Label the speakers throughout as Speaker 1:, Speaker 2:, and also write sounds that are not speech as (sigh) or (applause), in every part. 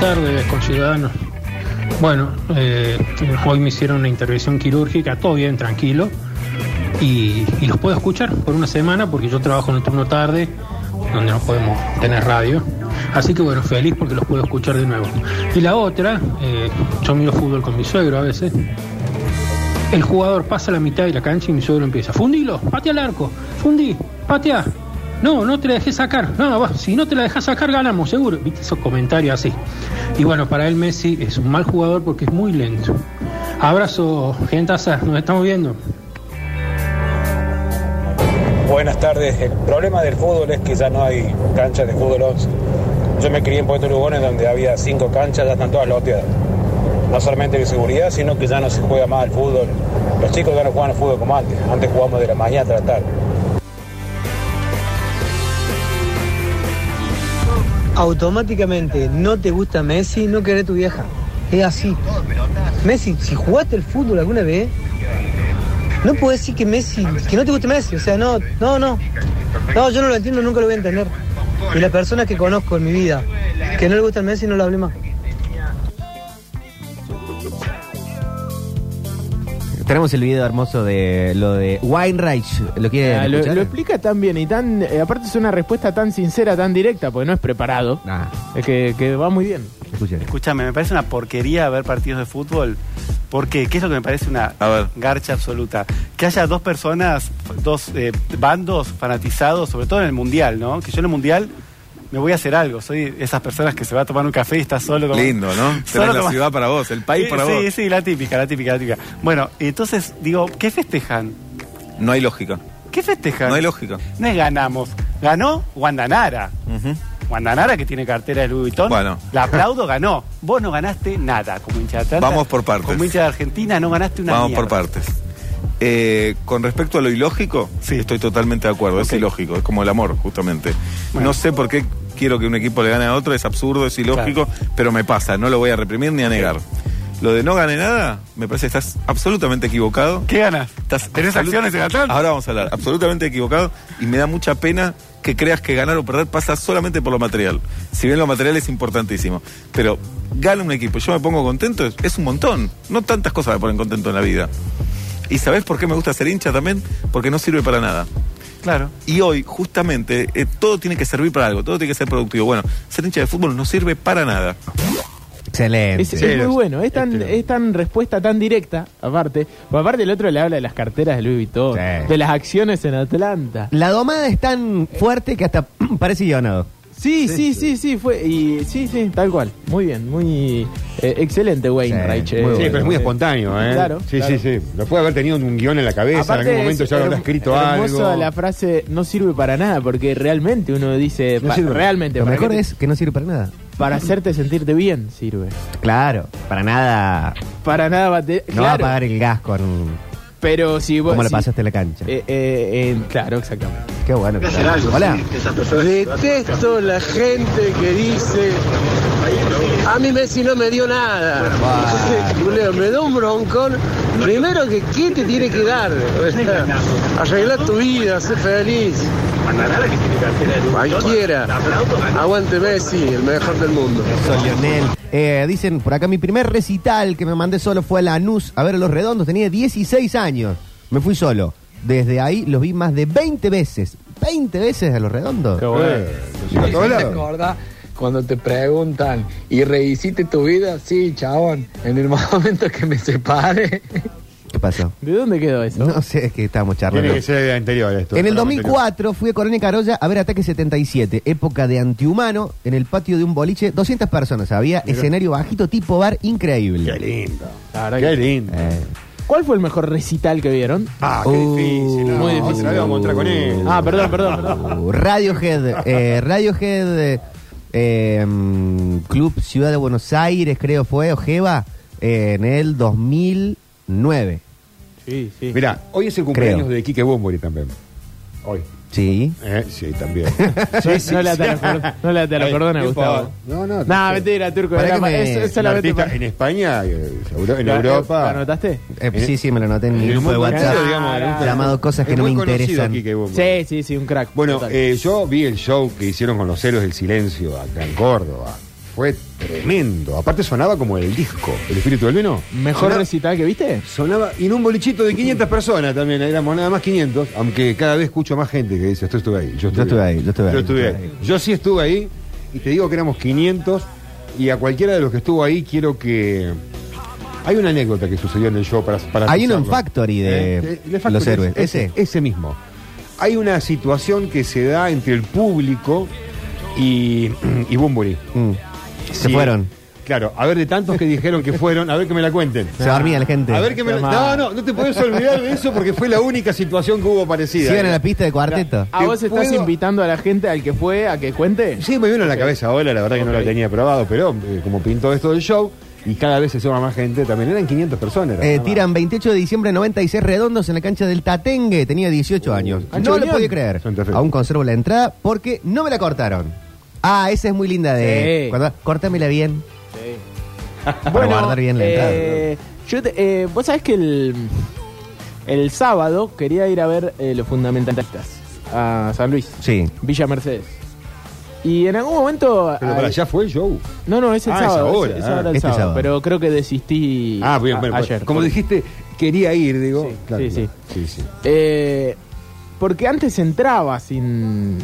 Speaker 1: tardes, conciudadanos. Bueno, eh, hoy me hicieron una intervención quirúrgica, todo bien, tranquilo. Y, y los puedo escuchar por una semana porque yo trabajo en el turno tarde, donde no podemos tener radio. Así que bueno, feliz porque los puedo escuchar de nuevo. Y la otra, eh, yo miro fútbol con mi suegro a veces. El jugador pasa la mitad de la cancha y mi suegro empieza. Fundilo, patea al arco, fundí, patea. No, no te la dejé sacar. No, va, si no te la dejas sacar, ganamos, seguro. Viste esos comentarios así. Y bueno, para él Messi es un mal jugador porque es muy lento. Abrazo, gentaza, nos estamos viendo.
Speaker 2: Buenas tardes. El problema del fútbol es que ya no hay canchas de fútbol 11. Yo me crié en Puerto Lugones donde había cinco canchas, ya están todas loteadas. No solamente de seguridad, sino que ya no se juega más al fútbol. Los chicos ya no juegan al fútbol como antes. Antes jugábamos de la mañana hasta la tarde.
Speaker 3: automáticamente no te gusta Messi, no querés tu vieja. Es así. Messi, si jugaste el fútbol alguna vez, no puedes decir que Messi, que no te guste Messi. O sea, no, no, no. No, yo no lo entiendo, nunca lo voy a entender. Y las personas que conozco en mi vida, que no le gusta el Messi, no lo hablé más.
Speaker 4: Tenemos el video hermoso de lo de Weinreich. ¿Lo quiere
Speaker 5: Ah, lo, lo explica tan bien y tan. eh, aparte es una respuesta tan sincera, tan directa, porque no es preparado. Es que, que va muy bien.
Speaker 4: Ah, escuchen.
Speaker 6: Escúchame, me parece una porquería ver partidos de fútbol. ¿Por qué? ¿Qué es lo que me parece una
Speaker 7: A ver.
Speaker 6: garcha absoluta? Que haya dos personas, dos eh, bandos fanatizados, sobre todo en el Mundial, ¿no? Que yo en el Mundial me voy a hacer algo. Soy esas personas que se va a tomar un café y está solo. tomando-
Speaker 7: Lindo, ¿no? Tenés
Speaker 6: Solo
Speaker 7: la
Speaker 6: como-
Speaker 7: ciudad para vos, el país
Speaker 6: Sí,
Speaker 7: para
Speaker 6: sí,
Speaker 7: vos.
Speaker 6: sí, la típica, la típica, la típica. Bueno, entonces digo, ¿qué festejan?
Speaker 7: No hay lógica.
Speaker 6: ¿Qué festejan?
Speaker 7: No hay lógica.
Speaker 6: No es ganamos. Ganó Guandanara.
Speaker 7: Ujú.
Speaker 6: Guandanara, que tiene cartera de Louis Vuitton.
Speaker 7: Bueno.
Speaker 6: La aplaudo, ganó. Vos no ganaste nada como hincha de Atlanta.
Speaker 7: Vamos por partes.
Speaker 6: Como hincha de Argentina no ganaste una
Speaker 7: Vamos
Speaker 6: mierda.
Speaker 7: por partes. Eh, con respecto a lo ilógico,
Speaker 6: Sí.
Speaker 7: estoy totalmente de acuerdo.
Speaker 6: Ok.
Speaker 7: Es ilógico, es como el amor, justamente.
Speaker 6: Bueno.
Speaker 7: No sé por qué quiero que un equipo le gane a otro, es absurdo, es ilógico, pero me pasa, no lo voy a reprimir ni a negar. Lo de no gane nada, me parece que estás absolutamente equivocado.
Speaker 6: ¿Qué ganas?
Speaker 7: Estás Ah,
Speaker 6: ¿Tenés
Speaker 7: absoluta-
Speaker 6: acciones en Atlanta?
Speaker 7: Ahora vamos a hablar. Absolutamente equivocado y me da mucha pena que creas que ganar o perder pasa solamente por lo material. Si bien lo material es importantísimo. Pero gana un equipo, yo me pongo contento, es- es un montón. No tantas cosas me ponen contento en la vida. ¿Y sabes por qué me gusta ser hincha también? Porque no sirve para nada.
Speaker 6: Claro.
Speaker 7: Y hoy, justamente, eh, todo tiene que servir para algo, todo tiene que ser productivo. Bueno, ser hincha de fútbol no sirve para nada.
Speaker 4: Excelente.
Speaker 5: Es, es muy bueno. Es tan,
Speaker 4: Este-
Speaker 5: es tan respuesta tan directa, aparte. Porque aparte el otro le habla de las carteras de Louis Vuitton,
Speaker 4: Sí.
Speaker 5: de las acciones en Atlanta.
Speaker 4: La domada es tan fuerte que hasta (clears throat) parece guionado.
Speaker 5: Sí, sí, sí, sí, fue. Y sí, sí, tal cual. Muy bien, muy eh, excelente, Wayne
Speaker 4: Sí,
Speaker 5: Reich.
Speaker 4: muy
Speaker 5: eh.
Speaker 8: Sí,
Speaker 4: bueno.
Speaker 8: pero es muy espontáneo, ¿eh?
Speaker 5: Claro,
Speaker 8: Sí,
Speaker 5: claro.
Speaker 8: sí, sí. Lo puede haber tenido un guión en la cabeza, en algún momento ya lo habrá
Speaker 5: herm-
Speaker 8: escrito
Speaker 5: hermoso
Speaker 8: algo.
Speaker 5: la frase no sirve para nada, porque realmente uno dice,
Speaker 8: No
Speaker 5: pa-
Speaker 8: sirve.
Speaker 5: realmente,
Speaker 4: Lo
Speaker 5: para,
Speaker 4: mejor
Speaker 5: que te-
Speaker 4: es que no sirve para nada.
Speaker 5: para hacerte sentirte bien sirve.
Speaker 4: Claro, para nada.
Speaker 5: Para nada va a te-
Speaker 4: No va a
Speaker 5: claro,
Speaker 4: pagar el gas con
Speaker 5: pero si vos...
Speaker 4: cómo la
Speaker 5: si-
Speaker 4: pasaste en la cancha.
Speaker 5: eh, eh, eh, claro, exactamente.
Speaker 4: Qué bueno. que está. Hola.
Speaker 3: Detesto la gente que dice, a mí Messi no me dio nada. (laughs) Ese culero, Me da un broncón. Primero que, ¿qué te tiene que dar? (laughs) Arregla tu vida, sé feliz. Cualquiera. Aguante Messi, el mejor del mundo.
Speaker 4: Soy Lionel. Eh, dicen, por acá, mi primer recital que me mandé solo fue a Lanús a ver a Los Redondos. Tenía 16 años. Me fui solo. Desde ahí los vi más de 20 veces. 20 veces a Los Redondos.
Speaker 5: Qué bueno.
Speaker 8: ¿A todos lados?
Speaker 3: Cuando te preguntan y revisite tu vida, sí, chabón, en el (laughs) momento que me separe.
Speaker 4: ¿Qué pasó?
Speaker 5: ¿De dónde quedó eso?
Speaker 4: No sé, es que estábamos
Speaker 8: Tiene
Speaker 4: charlando.
Speaker 8: que ser de anterior esto.
Speaker 4: En el
Speaker 8: Programa
Speaker 4: 2004 fui a Colonia Carolla a ver Ataque 77, época de antihumano, en el patio de un boliche, 200 personas había, escenario bajito, tipo bar, increíble.
Speaker 8: anterior. Qué lindo.
Speaker 5: La verdad
Speaker 8: Qué
Speaker 5: que-
Speaker 8: lindo.
Speaker 4: Eh,
Speaker 5: ¿Cuál fue el mejor recital que vieron?
Speaker 8: Ah, qué
Speaker 4: Uh,
Speaker 8: difícil. no,
Speaker 5: muy difícil.
Speaker 8: Otra vez vamos a entrar con él.
Speaker 5: Ah, perdón, perdón, perdón.
Speaker 4: uh, Radiohead, eh, Radiohead, eh, eh, mm, Club Ciudad de Buenos Aires, creo fue, Ojeva, eh, en el 2009.
Speaker 5: Sí, sí.
Speaker 8: Mirá, hoy es el cumpleaños
Speaker 4: Creo.
Speaker 8: de Quique Bumburi también. Hoy.
Speaker 4: Sí.
Speaker 8: Eh, sí,
Speaker 5: (laughs)
Speaker 8: también.
Speaker 5: No- no la te lo acor- no la te lo
Speaker 8: Eh,
Speaker 5: perdona,
Speaker 8: no
Speaker 5: Gustavo.
Speaker 8: importa. No, no,
Speaker 5: Nah,
Speaker 8: no.
Speaker 5: mentira, Turco.
Speaker 4: Para
Speaker 5: era
Speaker 4: que
Speaker 5: pa-
Speaker 4: me-
Speaker 5: es- es
Speaker 4: un
Speaker 8: Un
Speaker 5: solamente
Speaker 8: artista
Speaker 5: pa-
Speaker 8: en España, eh, seguro- en
Speaker 5: ¿La- ¿La
Speaker 8: Europa.
Speaker 5: anotaste?
Speaker 4: Eh, sí, sí, me lo anoté en mi
Speaker 8: En el
Speaker 4: grupo de
Speaker 8: mundo
Speaker 4: WhatsApp.
Speaker 8: entero, digamos, en un-
Speaker 4: Llamado Cosas que
Speaker 8: Es
Speaker 4: no me
Speaker 8: muy conocido
Speaker 4: interesan.
Speaker 8: Quique Bumburi.
Speaker 5: Sí, sí, sí, un crack.
Speaker 8: Bueno,
Speaker 5: Total.
Speaker 8: eh, yo vi el show que hicieron con los héroes del silencio acá en Córdoba. Fue tremendo. Aparte sonaba como el disco, el espíritu del vino.
Speaker 5: ¿Mejor
Speaker 8: Sonaba-
Speaker 5: recital que viste?
Speaker 8: Sonaba y en un bolichito de 500 personas también, éramos nada más 500, aunque cada vez escucho más gente que dice, yo estuve ahí, yo estuve,
Speaker 4: Yo estuve ahí, yo estuve ahí.
Speaker 8: Yo estuve ahí. Yo sí estuve ahí y te digo que éramos 500 y a cualquiera de los que estuvo ahí quiero que... Hay una anécdota que sucedió en el show para... para
Speaker 4: Hay uno en
Speaker 8: pensarlo.
Speaker 4: Factory de
Speaker 8: Eh, el
Speaker 4: Los
Speaker 8: Factory,
Speaker 4: Héroes. Ese.
Speaker 8: Ese mismo. Hay una situación que se da entre el público y, y Bumburi.
Speaker 4: Mm. Se
Speaker 8: Sí.
Speaker 4: fueron.
Speaker 8: Claro, a ver de tantos que dijeron que fueron, a ver que me la cuenten.
Speaker 4: Se dormía la gente.
Speaker 8: A ver que me la- No, no, no te puedes olvidar de eso porque fue la única situación que hubo parecida. Ah,
Speaker 4: Sigan a la pista de cuarteto.
Speaker 5: ¿A
Speaker 8: ¿Te
Speaker 5: vos estás
Speaker 8: puedo-
Speaker 5: invitando a la gente al que fue a que cuente?
Speaker 8: Sí, me vino a la cabeza ahora, la verdad que no lo tenía probado, pero eh, como pintó esto del show y cada vez se suma más gente, también eran 500 personas. era
Speaker 4: Eh,
Speaker 8: nada más.
Speaker 4: tiran 28 de diciembre 96 redondos en la cancha del Tatengue. Tenía 18 años.
Speaker 5: Ancho
Speaker 4: No lo
Speaker 5: Viñón.
Speaker 4: podía creer.
Speaker 8: Uh, Santa Fe.
Speaker 4: Aún conservo la entrada porque no me la cortaron. Ah, esa es muy linda de...
Speaker 5: Sí.
Speaker 4: cuando- Córtamela bien. Para guardar bien la
Speaker 5: eh, yo te- eh, vos sabés que el, el sábado quería ir a ver eh, los fundamentalistas a San Luis,
Speaker 4: Sí.
Speaker 5: Villa Mercedes. Y en algún momento...
Speaker 8: Pero
Speaker 5: al-
Speaker 8: para allá fue el show.
Speaker 5: No, no, es el
Speaker 8: Ah, es
Speaker 5: sábado.
Speaker 8: ahora,
Speaker 5: es- es
Speaker 8: ah,
Speaker 5: ahora el
Speaker 4: este
Speaker 5: sábado,
Speaker 4: sábado.
Speaker 5: Pero creo que desistí
Speaker 8: Ah, bien,
Speaker 5: a-
Speaker 8: bueno,
Speaker 5: ayer.
Speaker 8: como dijiste, quería ir, digo.
Speaker 5: Sí, sí, sí.
Speaker 8: sí, sí.
Speaker 5: Eh, porque antes entraba sin.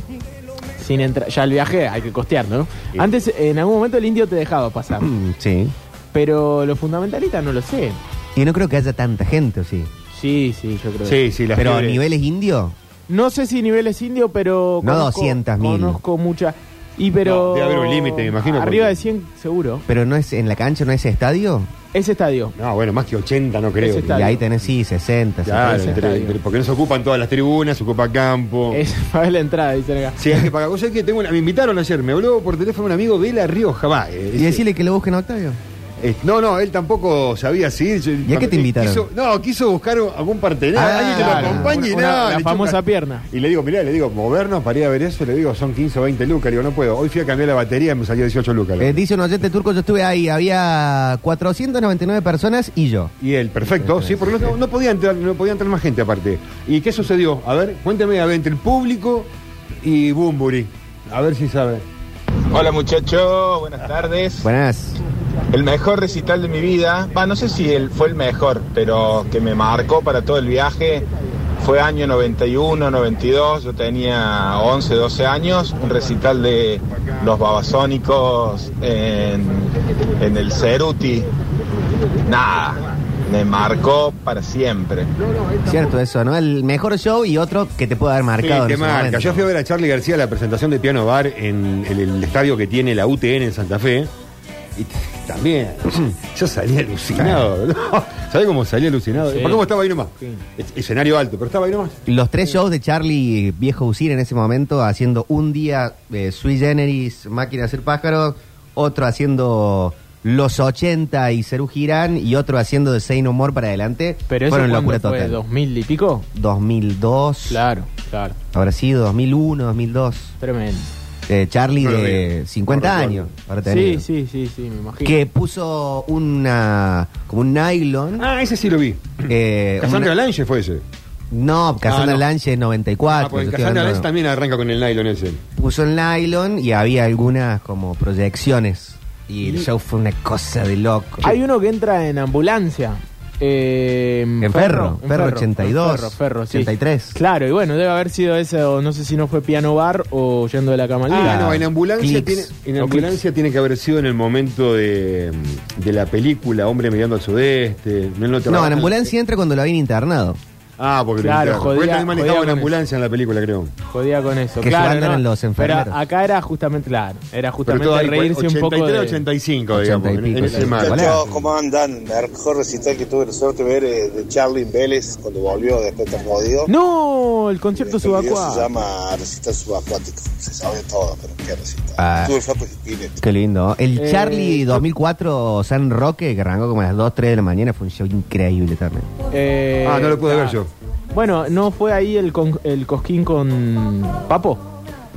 Speaker 5: Sin entrar. Ya el viaje hay que costear, ¿no?
Speaker 8: Sí.
Speaker 5: Antes, en algún momento, el indio te dejaba pasar.
Speaker 4: Mm, Sí.
Speaker 5: Pero los fundamentalistas no lo sé.
Speaker 4: Y no creo que haya tanta gente, ¿o sí?
Speaker 5: Sí, sí, yo creo.
Speaker 8: Sí, sí, las
Speaker 4: Pero a
Speaker 8: fiebres.
Speaker 4: niveles indio.
Speaker 5: No sé si niveles indio, pero.
Speaker 4: No
Speaker 5: conozco-
Speaker 4: 200.000.
Speaker 5: Conozco mucha. Y pero.
Speaker 8: No, debe haber un límite, me imagino,
Speaker 5: Arriba de
Speaker 8: porque-
Speaker 5: 100, seguro.
Speaker 4: Pero no es en la cancha, no es estadio.
Speaker 5: Ese estadio.
Speaker 8: No, bueno, más que 80 no creo.
Speaker 5: Ese está
Speaker 4: Y ahí
Speaker 5: Estadio.
Speaker 4: tenés, sí, 60,
Speaker 8: Claro,
Speaker 4: 70.
Speaker 8: entre- entre- porque no se ocupan todas las tribunas, se ocupa campo.
Speaker 5: Es (laughs) para la entrada, dicen acá.
Speaker 8: Sí, hay que pagar. Vos sabés que tengo una- me invitaron ayer, me habló por teléfono un amigo de La Rioja. Va, eh,
Speaker 4: Y
Speaker 8: ese-
Speaker 4: decirle que lo busquen a Octavio.
Speaker 8: eh, no, no, él tampoco sabía si ir. Yo-
Speaker 4: ¿Y a qué te
Speaker 8: eh,
Speaker 4: invitaron?
Speaker 8: quiso- no, quiso buscar algún partener,
Speaker 4: Ah,
Speaker 8: alguien que lo
Speaker 4: claro.
Speaker 8: acompañe. y
Speaker 5: Una-
Speaker 8: nada,
Speaker 5: la
Speaker 8: le
Speaker 5: famosa
Speaker 8: chupa.
Speaker 5: pierna.
Speaker 8: Y le digo, mirá, le digo, movernos para ir a ver eso. Le digo, son 15 o 20 lucas. Le digo, no puedo. Hoy fui a cambiar la batería y me salió 18 lucas.
Speaker 4: Eh, dice un oyente turco, yo estuve ahí, había 499 personas y yo.
Speaker 8: Y él, perfecto, sí, porque no, no podía entrar, no podía entrar más gente aparte. ¿Y qué sucedió? A ver, cuénteme, a ver, entre el público y Bumburi. A ver si sabe.
Speaker 9: Hola muchachos, buenas tardes.
Speaker 4: Buenas.
Speaker 9: El mejor recital de mi vida, va, no sé si él fue el mejor, pero que me marcó para todo el viaje, fue año 91, 92, yo tenía 11, 12 años, un recital de los babasónicos en, en el Ceruti. Nada, me marcó para siempre.
Speaker 4: Cierto eso, ¿no? El mejor show y otro que te puede haber
Speaker 8: Sí,
Speaker 4: marcado. en
Speaker 8: te
Speaker 4: ese
Speaker 8: marca.
Speaker 4: momento.
Speaker 8: Yo fui a ver a Charlie García a la presentación de Piano Bar en el, el estadio que tiene la UTN en Santa Fe. Y t- también, (clears throat) yo salí alucinado. (laughs) ¿Sabés cómo salí alucinado?
Speaker 5: Sí.
Speaker 8: ¿Por cómo estaba ahí nomás? Es- Escenario alto, pero estaba ahí nomás.
Speaker 4: Los tres shows de Charlie Viejo Usir en ese momento, haciendo un día eh, Sui Generis, Máquina de Hacer Pájaros, otro haciendo Los 80 y Cerú Girán, y otro haciendo de Sein Humor para adelante.
Speaker 5: Pero eso
Speaker 4: Fueron
Speaker 5: cuando
Speaker 4: locura
Speaker 5: fue,
Speaker 4: total.
Speaker 5: 2000 y pico.
Speaker 4: 2002,
Speaker 5: Claro, claro.
Speaker 4: habrá sido 2001, 2002.
Speaker 5: Tremendo.
Speaker 4: Eh, Charlie
Speaker 8: No lo
Speaker 4: de
Speaker 8: vi.
Speaker 4: 50
Speaker 8: No recuerdo.
Speaker 4: años. habrá
Speaker 5: Sí,
Speaker 4: tenido.
Speaker 5: sí, sí, sí, me imagino.
Speaker 4: Que puso una. como un nylon.
Speaker 8: Ah, ese sí lo vi.
Speaker 4: eh,
Speaker 8: Cassandra
Speaker 4: una-
Speaker 8: Lange fue ese.
Speaker 4: No, Cassandra
Speaker 8: Ah, no.
Speaker 4: Lange es 94.
Speaker 8: Ah, porque
Speaker 4: yo estoy
Speaker 8: Cassandra
Speaker 4: hablando-
Speaker 8: Lange también arranca con el nylon ese.
Speaker 4: Puso el nylon y había algunas como proyecciones. Y el show fue una cosa de loco.
Speaker 5: Hay uno que entra en ambulancia. eh,
Speaker 4: En Ferro, Ferro 82,
Speaker 5: en Ferro, Ferro, sí.
Speaker 4: 83.
Speaker 5: Claro, y bueno, debe haber sido ese, o no sé si no fue piano bar o yendo de la cama al
Speaker 8: Ah,
Speaker 5: día.
Speaker 8: no, en ambulancia, tiene,
Speaker 4: Clics.
Speaker 8: en
Speaker 5: No,
Speaker 8: ambulancia tiene que haber sido en el momento de, de la película Hombre mirando al sudeste. No, te
Speaker 4: No,
Speaker 8: va-
Speaker 4: en ambulancia entra cuando lo habían internado.
Speaker 8: Ah, porque lo
Speaker 5: Claro,
Speaker 8: entraron. Porque
Speaker 5: jodía-
Speaker 8: también manejaba
Speaker 5: jodía
Speaker 8: en
Speaker 5: con
Speaker 8: ambulancia en la película, creo.
Speaker 5: Jodía con eso.
Speaker 4: Que
Speaker 5: claro,
Speaker 4: su banda
Speaker 5: ¿no?
Speaker 4: eran los enfermeros.
Speaker 5: Pero acá era justamente, claro, era
Speaker 8: Pero
Speaker 5: justamente
Speaker 8: todo ahí, pues,
Speaker 5: reírse
Speaker 8: 83,
Speaker 5: un poco de...
Speaker 8: 85, digamos.
Speaker 4: 80 y pico,
Speaker 8: en ese
Speaker 4: sí.
Speaker 8: marco.
Speaker 4: Hola.
Speaker 10: Muchachos, ¿cómo andan? Mejor recital que tuve la suerte de ver eh, de Charlie en Vélez cuando volvió después de jodido.
Speaker 5: No, el concierto
Speaker 10: El video Se
Speaker 5: subacuático.
Speaker 10: llama Recital Subacuático. Se sabe todo, pero qué recital.
Speaker 4: Ah.
Speaker 10: Tuve fotos de Spinetta.
Speaker 4: Qué lindo. El
Speaker 5: Eh,
Speaker 4: Charlie
Speaker 5: yo-
Speaker 4: 2004 San Roque, que arrancó como a las 2, 3 de la mañana, fue un show increíble también.
Speaker 5: Eh,
Speaker 8: Ah, no lo pude ver
Speaker 5: claro.
Speaker 8: yo.
Speaker 5: Bueno, ¿no fue ahí el, con- el cosquín con Papo?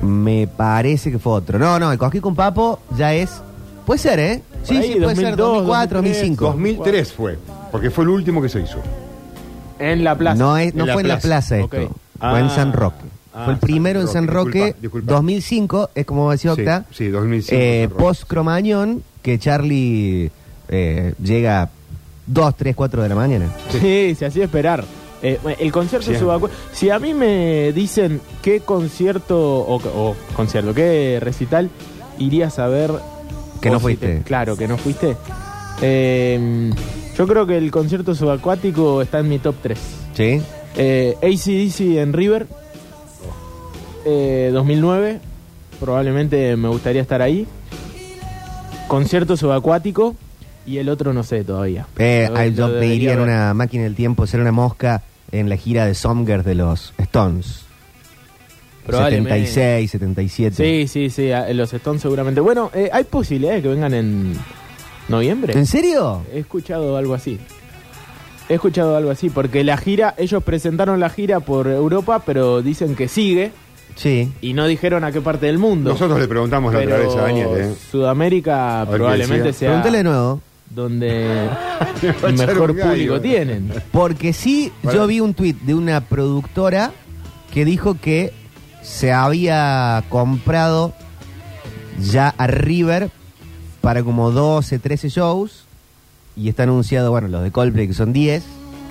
Speaker 4: Me parece que fue otro. No, no, el Cosquín con Papo ya es. Puede ser, ¿eh? Sí,
Speaker 5: ahí,
Speaker 4: sí, puede ser.
Speaker 5: 2002,
Speaker 4: 2004, 2005.
Speaker 8: 2003 fue, porque fue el último que se hizo.
Speaker 5: En la plaza.
Speaker 4: No, es, no
Speaker 8: En la
Speaker 4: fue en la plaza
Speaker 8: plaza.
Speaker 4: esto.
Speaker 5: Ok.
Speaker 4: Fue en
Speaker 8: Ah.
Speaker 4: San Roque.
Speaker 8: Ah,
Speaker 4: Fue el primero en
Speaker 8: San
Speaker 4: San
Speaker 8: Roque,
Speaker 4: Roque,
Speaker 8: disculpa, disculpa.
Speaker 4: 2005, es como decía
Speaker 8: Sí,
Speaker 4: Octa.
Speaker 8: sí, 2005
Speaker 4: eh,
Speaker 8: San Roque.
Speaker 4: post Cromañón, que Charlie eh, llega 2, 3, 4 de la mañana.
Speaker 5: Sí, se hacía esperar. Eh, bueno, el concierto
Speaker 8: Sí.
Speaker 5: subacua- Si a mí me dicen qué concierto o, o concierto, qué recital irías a ver.
Speaker 4: Que
Speaker 5: o
Speaker 4: no
Speaker 5: si te-
Speaker 4: fuiste.
Speaker 5: claro, que no fuiste. Eh, yo creo que el concierto subacuático está en mi top 3.
Speaker 4: ¿Sí?
Speaker 5: Eh, ACDC en River. eh, 2009. Probablemente me gustaría estar ahí. Concierto subacuático. Y el otro no sé todavía.
Speaker 4: Eh,
Speaker 5: Lo-
Speaker 4: ay,
Speaker 5: lo
Speaker 4: yo me
Speaker 5: debería
Speaker 4: iría en
Speaker 5: ver.
Speaker 4: una máquina del tiempo, ser una mosca en la gira de Somger de los Stones.
Speaker 5: Probablemente.
Speaker 4: 76, 77.
Speaker 5: Sí, sí, sí, a- los Stones seguramente. Bueno, eh, hay posibilidades de que vengan en noviembre.
Speaker 4: ¿En serio?
Speaker 5: He escuchado algo así. He escuchado algo así, porque la gira, ellos presentaron la gira por Europa, pero dicen que sigue
Speaker 4: Sí.
Speaker 5: y no dijeron a qué parte del mundo.
Speaker 8: Nosotros le preguntamos la otra
Speaker 5: Pero
Speaker 8: vez a Daniel, ¿eh?
Speaker 5: Sudamérica
Speaker 8: ver qué
Speaker 5: probablemente
Speaker 8: decía.
Speaker 5: sea
Speaker 4: Pregúntale de nuevo.
Speaker 8: (laughs)
Speaker 5: donde (laughs)
Speaker 8: a echar
Speaker 5: mejor
Speaker 8: un gallo.
Speaker 5: público tienen.
Speaker 4: Porque sí, yo vi un tuit de una productora que dijo que se había comprado ya a River para como 12, 13 shows. Y está anunciado, bueno, los de Coldplay que son 10.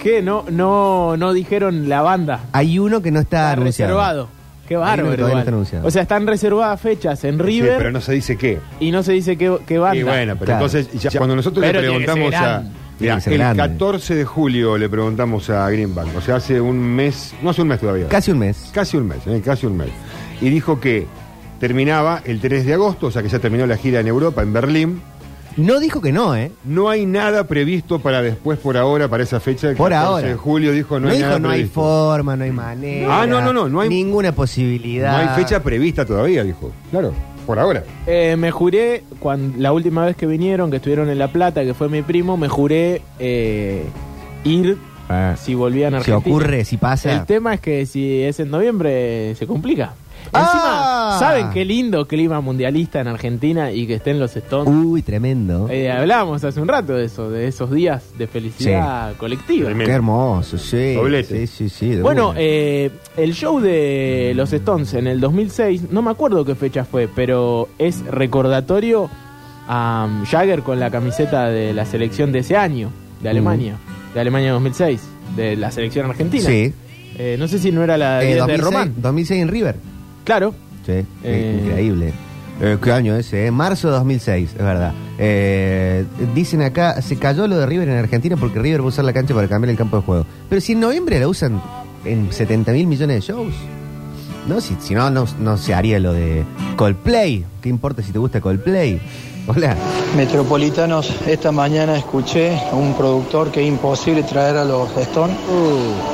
Speaker 5: Que no, no, no dijeron la banda.
Speaker 4: Hay uno que no está,
Speaker 5: Está
Speaker 4: Ah, anunciado.
Speaker 5: reservado. Qué bárbaro.
Speaker 4: Ahí no, todavía no
Speaker 5: igual.
Speaker 4: está anunciado.
Speaker 5: o sea, están reservadas fechas en
Speaker 8: Sí,
Speaker 5: River.
Speaker 8: pero no se dice qué.
Speaker 5: y no se dice qué, qué banda.
Speaker 8: Y bueno, pero
Speaker 4: Claro.
Speaker 8: entonces ya cuando nosotros
Speaker 5: Pero
Speaker 8: le
Speaker 5: tiene que ser
Speaker 8: preguntamos a...
Speaker 5: grande.
Speaker 8: Mirá,
Speaker 4: Tiene que ser
Speaker 8: el
Speaker 4: grande.
Speaker 8: 14 de julio le preguntamos a Greenbank, o sea, hace un mes, no hace un mes todavía.
Speaker 4: Casi un mes.
Speaker 8: Casi un mes, ¿eh? casi un mes. Y dijo que terminaba el 3 de agosto, o sea que ya terminó la gira en Europa, en Berlín.
Speaker 4: No dijo que no, ¿eh?
Speaker 8: No hay nada previsto para después, por ahora, para esa fecha. El
Speaker 4: Por
Speaker 8: 14
Speaker 4: ahora.
Speaker 8: de julio dijo no,
Speaker 4: No
Speaker 8: hay
Speaker 4: dijo
Speaker 8: nada
Speaker 4: no hay
Speaker 8: previsto.
Speaker 4: forma, no hay manera.
Speaker 8: Ah, no, no, no, no hay-
Speaker 4: ninguna posibilidad.
Speaker 8: No hay fecha prevista todavía, dijo. Claro, por ahora.
Speaker 5: Eh, me juré, cuando, la última vez que vinieron, que estuvieron en La Plata, que fue mi primo, me juré eh, ir
Speaker 4: Ah.
Speaker 5: si volvían a
Speaker 4: Si
Speaker 5: Argentina.
Speaker 4: ocurre, si
Speaker 5: El
Speaker 4: pasa.
Speaker 5: tema es que si es en noviembre, se complica.
Speaker 4: Ah.
Speaker 5: Encima, ¿saben qué lindo clima mundialista en Argentina y que estén los Stones?
Speaker 4: Uy, tremendo.
Speaker 5: Eh, hablábamos hace un rato de eso, de esos días de felicidad colectiva.
Speaker 4: Qué hermoso, sí. Sí,
Speaker 8: Doblete.
Speaker 4: sí, sí. de
Speaker 5: Bueno,
Speaker 4: una.
Speaker 5: eh, el show de los Stones en el 2006, no me acuerdo qué fecha fue, pero es recordatorio a um, Jagger con la camiseta de la selección de ese año, de Alemania, de Alemania 2006, de la selección argentina.
Speaker 4: Uh. Sí.
Speaker 5: Eh, no sé si no era la
Speaker 4: Eh,
Speaker 5: 10 de
Speaker 4: 2006,
Speaker 5: Román.
Speaker 4: 2006 en River.
Speaker 5: Claro.
Speaker 4: Sí, eh,
Speaker 5: Eh.
Speaker 4: increíble. Eh, ¿Qué año ese? eh? Marzo de 2006, es verdad. Eh, dicen acá, se cayó lo de River en Argentina porque River va a usar la cancha para cambiar el campo de juego. Pero si en noviembre la usan en 70 mil millones de shows. No, si, si no, no, no se haría lo de Coldplay. ¿Qué importa si te gusta Coldplay? (laughs) Hola.
Speaker 3: Metropolitanos, esta mañana escuché a un productor que es imposible traer a los Stone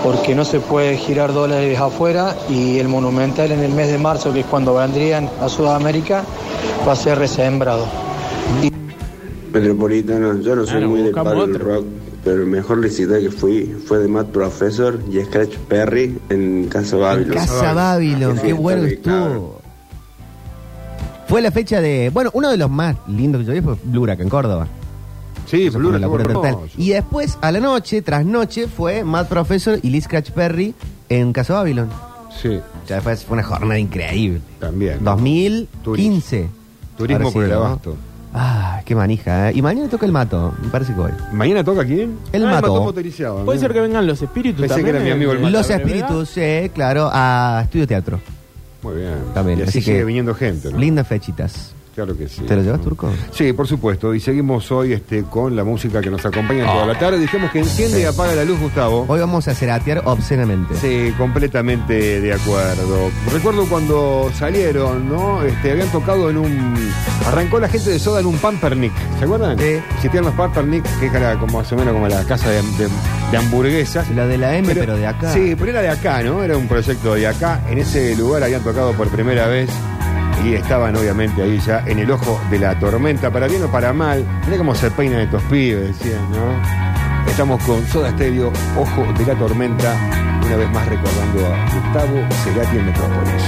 Speaker 3: porque no se puede girar dólares afuera y el Monumental en el mes de marzo, que es cuando vendrían a Sudamérica, va a ser resembrado.
Speaker 9: Metropolitano, yo no soy
Speaker 5: Claro,
Speaker 9: muy de
Speaker 5: buscamos
Speaker 9: palo del
Speaker 5: otro.
Speaker 9: rock, pero el mejor recital que fui fue de Matt Professor y Scratch Perry en Casa
Speaker 4: En
Speaker 9: Babylon.
Speaker 4: Casa Babylon, qué bueno que estuvo. Fue la fecha de. Bueno, uno de los más lindos que yo vi fue Blurac en Córdoba.
Speaker 8: Sí,
Speaker 4: Esa fue
Speaker 8: Blur
Speaker 4: una
Speaker 8: estuvo
Speaker 4: locura total.
Speaker 8: hermoso.
Speaker 4: Y después, a la noche, tras noche, fue Matt Professor y Liz Scratch Perry en Casa Babylon.
Speaker 8: Sí,
Speaker 4: Ya después fue una jornada increíble.
Speaker 8: también.
Speaker 4: 2015.
Speaker 8: Turismo
Speaker 4: Ahora
Speaker 8: por el
Speaker 4: ¿no?
Speaker 8: abasto.
Speaker 4: Ah, qué manija. ¿eh? Y mañana toca el mato, me parece que hoy.
Speaker 8: ¿Mañana toca quién?
Speaker 4: El
Speaker 8: Ah,
Speaker 4: Mato.
Speaker 8: motorizado.
Speaker 5: Puede
Speaker 8: Bien.
Speaker 5: ser que vengan los espíritus
Speaker 8: Pensé
Speaker 5: también
Speaker 8: que era mi
Speaker 5: en-
Speaker 8: amigo el Mato.
Speaker 4: Los
Speaker 5: en la brevedad.
Speaker 4: espíritus, eh, claro, a Estudio Teatro.
Speaker 8: Muy bien.
Speaker 4: También,
Speaker 8: Y así,
Speaker 4: así que-
Speaker 8: sigue viniendo gente, ¿no?
Speaker 4: Lindas fechitas.
Speaker 8: Claro que sí.
Speaker 4: ¿Te lo llevas, Turco?
Speaker 8: Sí, por supuesto. Y seguimos hoy este, con la música que nos acompaña toda la tarde. Dijimos que enciende y apaga la luz, Gustavo.
Speaker 4: Hoy vamos a ceratear obscenamente.
Speaker 8: Sí, completamente de acuerdo. Recuerdo cuando salieron, ¿no? Este, habían tocado en un. Arrancó la gente de soda en un Pampernick, ¿se acuerdan?
Speaker 4: Sí.
Speaker 8: Existían los Pampernick, que era como más o menos como la casa de, de- de hamburguesas.
Speaker 4: La de la M, pero, de acá.
Speaker 8: Sí, pero era de acá, ¿no? Era un proyecto de acá. En ese lugar habían tocado por primera vez y estaban obviamente ahí ya en el ojo de la tormenta, para bien o para mal. Mirá cómo se peinan estos pibes, decían, ¿no? Estamos con Soda Stereo, Ojo de la Tormenta, una vez más recordando a Gustavo Cerati en Metrópolis.